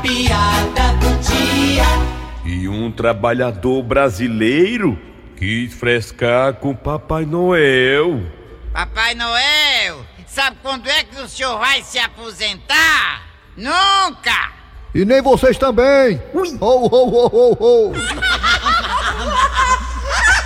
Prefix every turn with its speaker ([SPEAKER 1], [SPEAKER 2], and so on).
[SPEAKER 1] piada do dia.
[SPEAKER 2] E um trabalhador brasileiro quis frescar com Papai Noel.
[SPEAKER 3] Papai Noel, sabe quando é que o senhor vai se aposentar? Nunca!
[SPEAKER 4] E nem vocês também! Ui! Oh, oh, oh, oh, oh!